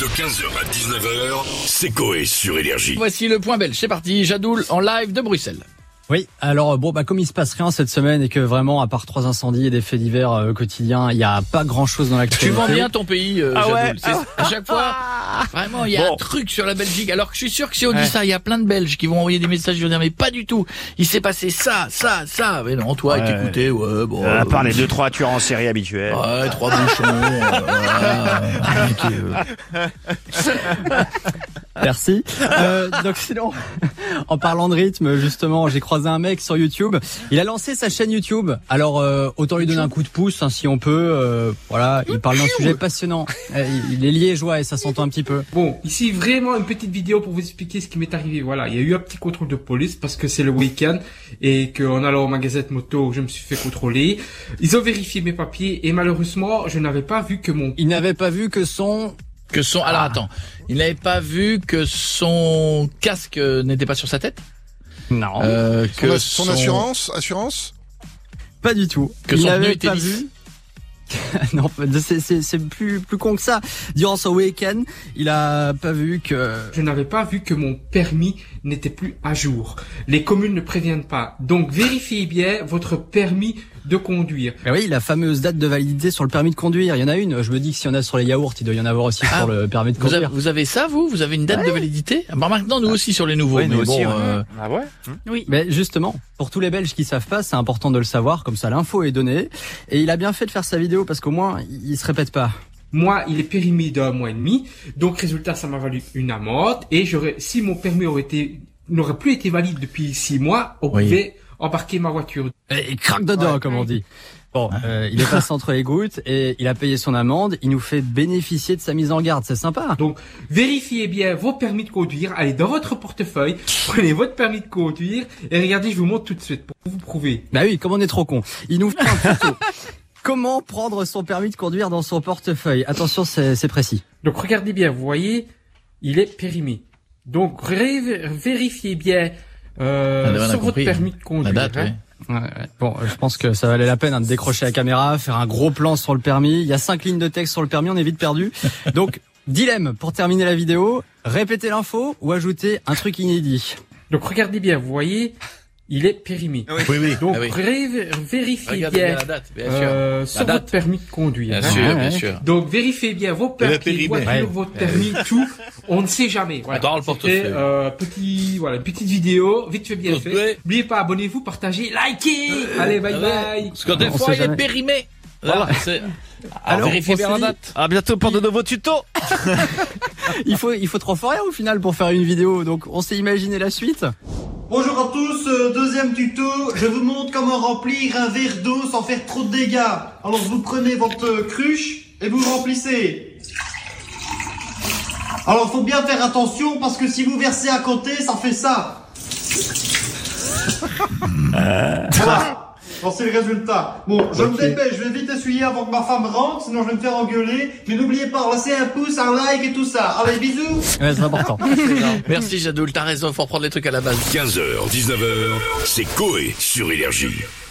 De 15h à 19h, c'est Coé sur Énergie. Voici le point belge. C'est parti, Jadoul en live de Bruxelles. Oui, alors bon, bah comme il se passe rien cette semaine et que vraiment, à part trois incendies et des faits divers euh, quotidiens, il n'y a pas grand-chose dans l'actualité. Tu vends bien ton pays, euh, Ah Jadoul. ouais. C'est- à chaque fois, vraiment, il y a Bon. un truc sur la Belgique. Alors que je suis sûr que si on dit Ouais. ça, il y a plein de Belges qui vont envoyer des messages et vont dire mais pas du tout. Il s'est passé ça, ça, ça. Mais non, toi, Ouais. t'écoutais, ouais, bon. À euh, part les 2-3 tueurs en série habituels. Ouais, trois bouchons. euh, voilà. Ok, euh. Merci. Euh, donc sinon, en parlant de rythme, justement, j'ai croisé un mec sur YouTube. Il a lancé sa chaîne YouTube. Alors euh, autant lui donner un coup de pouce hein, si on peut. euh, voilà, il parle d'un sujet passionnant. Euh, Il il est liégeois et ça s'entend un petit peu. Bon, ici vraiment une petite vidéo pour vous expliquer ce qui m'est arrivé. Voilà, il y a eu un petit contrôle de police parce que c'est le week-end et qu'en allant au magasin de moto, je me suis fait contrôler. Ils ont vérifié mes papiers et malheureusement, je n'avais pas vu que mon Il n'avait pas vu que son Que son. Alors attends, il n'avait pas vu que son casque euh, n'était pas sur sa tête. non, Euh, Son, que ass- son assurance, assurance. pas du tout. que il son pneu n'avait était pas lisse. vu. non, c'est- c'est c'est plus plus con que ça. Durant son week-end, il a pas vu que je n'avais pas vu que mon permis n'était plus à jour. Les communes ne préviennent pas. Donc vérifiez bien votre permis de conduire. Ben oui, la fameuse date de validité sur le permis de conduire. Il y en a une. Je me dis que s'il y en a sur les yaourts, il doit y en avoir aussi Ah, sur le permis de Vous avez, conduire. vous avez ça, vous Vous avez une date de validité Ah, bah, Maintenant, nous aussi sur les nouveaux. Ouais, mais nous bon, aussi, ouais. euh, Ah ouais Mais justement, pour tous les Belges qui savent pas, c'est important de le savoir. Comme ça, l'info est donnée. Et il a bien fait de faire sa vidéo parce qu'au moins, il se répète pas. Moi, il est périmé d'un mois et demi. Donc, résultat, ça m'a valu une amende. Et j'aurais, si mon permis aurait été, n'aurait plus été valide depuis six mois, on Oui. pouvait embarquer ma voiture. Et il craque dedans, comme on dit. Bon, euh, il est passé entre les gouttes et il a payé son amende. Il nous fait bénéficier de sa mise en garde. C'est sympa. Vérifiez bien vos permis de conduire. Allez dans votre portefeuille, prenez votre permis de conduire et regardez, je vous montre tout de suite pour vous prouver. Bah oui, comme on est trop con. Il nous fait un tuto. Comment prendre son permis de conduire dans son portefeuille Attention, c'est c'est précis. Donc, regardez bien. Vous voyez, il est périmé. Donc, ré- vérifiez bien, Ah, ben, on a euh, sur votre compris. permis de la conduire. date, hein. ouais. Ouais, ouais. Bon, euh, je pense que ça valait la peine hein, de décrocher la caméra, faire un gros plan sur le permis. Il y a cinq lignes de texte sur le permis, on est vite perdu. Donc, dilemme pour terminer la vidéo répéter l'info ou ajouter un truc inédit. Donc, regardez bien. Vous voyez, il est périmé. Oui, oui. Donc, Ah oui. ré- vérifiez Regardez bien bien la date, bien sûr. Euh, La sur date. votre permis de conduire. Bien hein. sûr, ouais, bien ouais. sûr. Donc vérifiez bien vos papiers, périmètre. voiture, Ouais. votre permis, tout. On ne sait jamais. Voilà. Dans le Et portefeuille. euh, petit, voilà, une petite vidéo, vite fait bien Ouais. fait. N'oubliez pas, abonnez-vous, partagez, likez. Allez, bye ouais. bye. Parce que des On fois, sait il est jamais. périmé. Voilà. Là, c'est- Ah, Alors, vérifiez on bien se la dit- Ah, date. À bientôt pour de nouveaux tutos Il faut, il faut trois fois rien au final pour faire une vidéo. Donc, on s'est imaginé la suite. Bonjour à tous, euh, deuxième tuto, je vous montre comment remplir un verre d'eau sans faire trop de dégâts. Alors vous prenez votre euh, cruche et vous remplissez. Alors faut bien faire attention parce que si vous versez à côté, ça fait ça. Voilà. Bon, c'est le résultat. Bon, je me dépêche, je vais vite essuyer avant que ma femme rentre, sinon je vais me faire engueuler. Mais n'oubliez pas, laissez un pouce, un like et tout ça. Allez, bisous Ouais, c'est important. Merci, Jadoul. T'as raison, faut reprendre les trucs à la base. 15h, 19h, c'est Coé sur Énergie.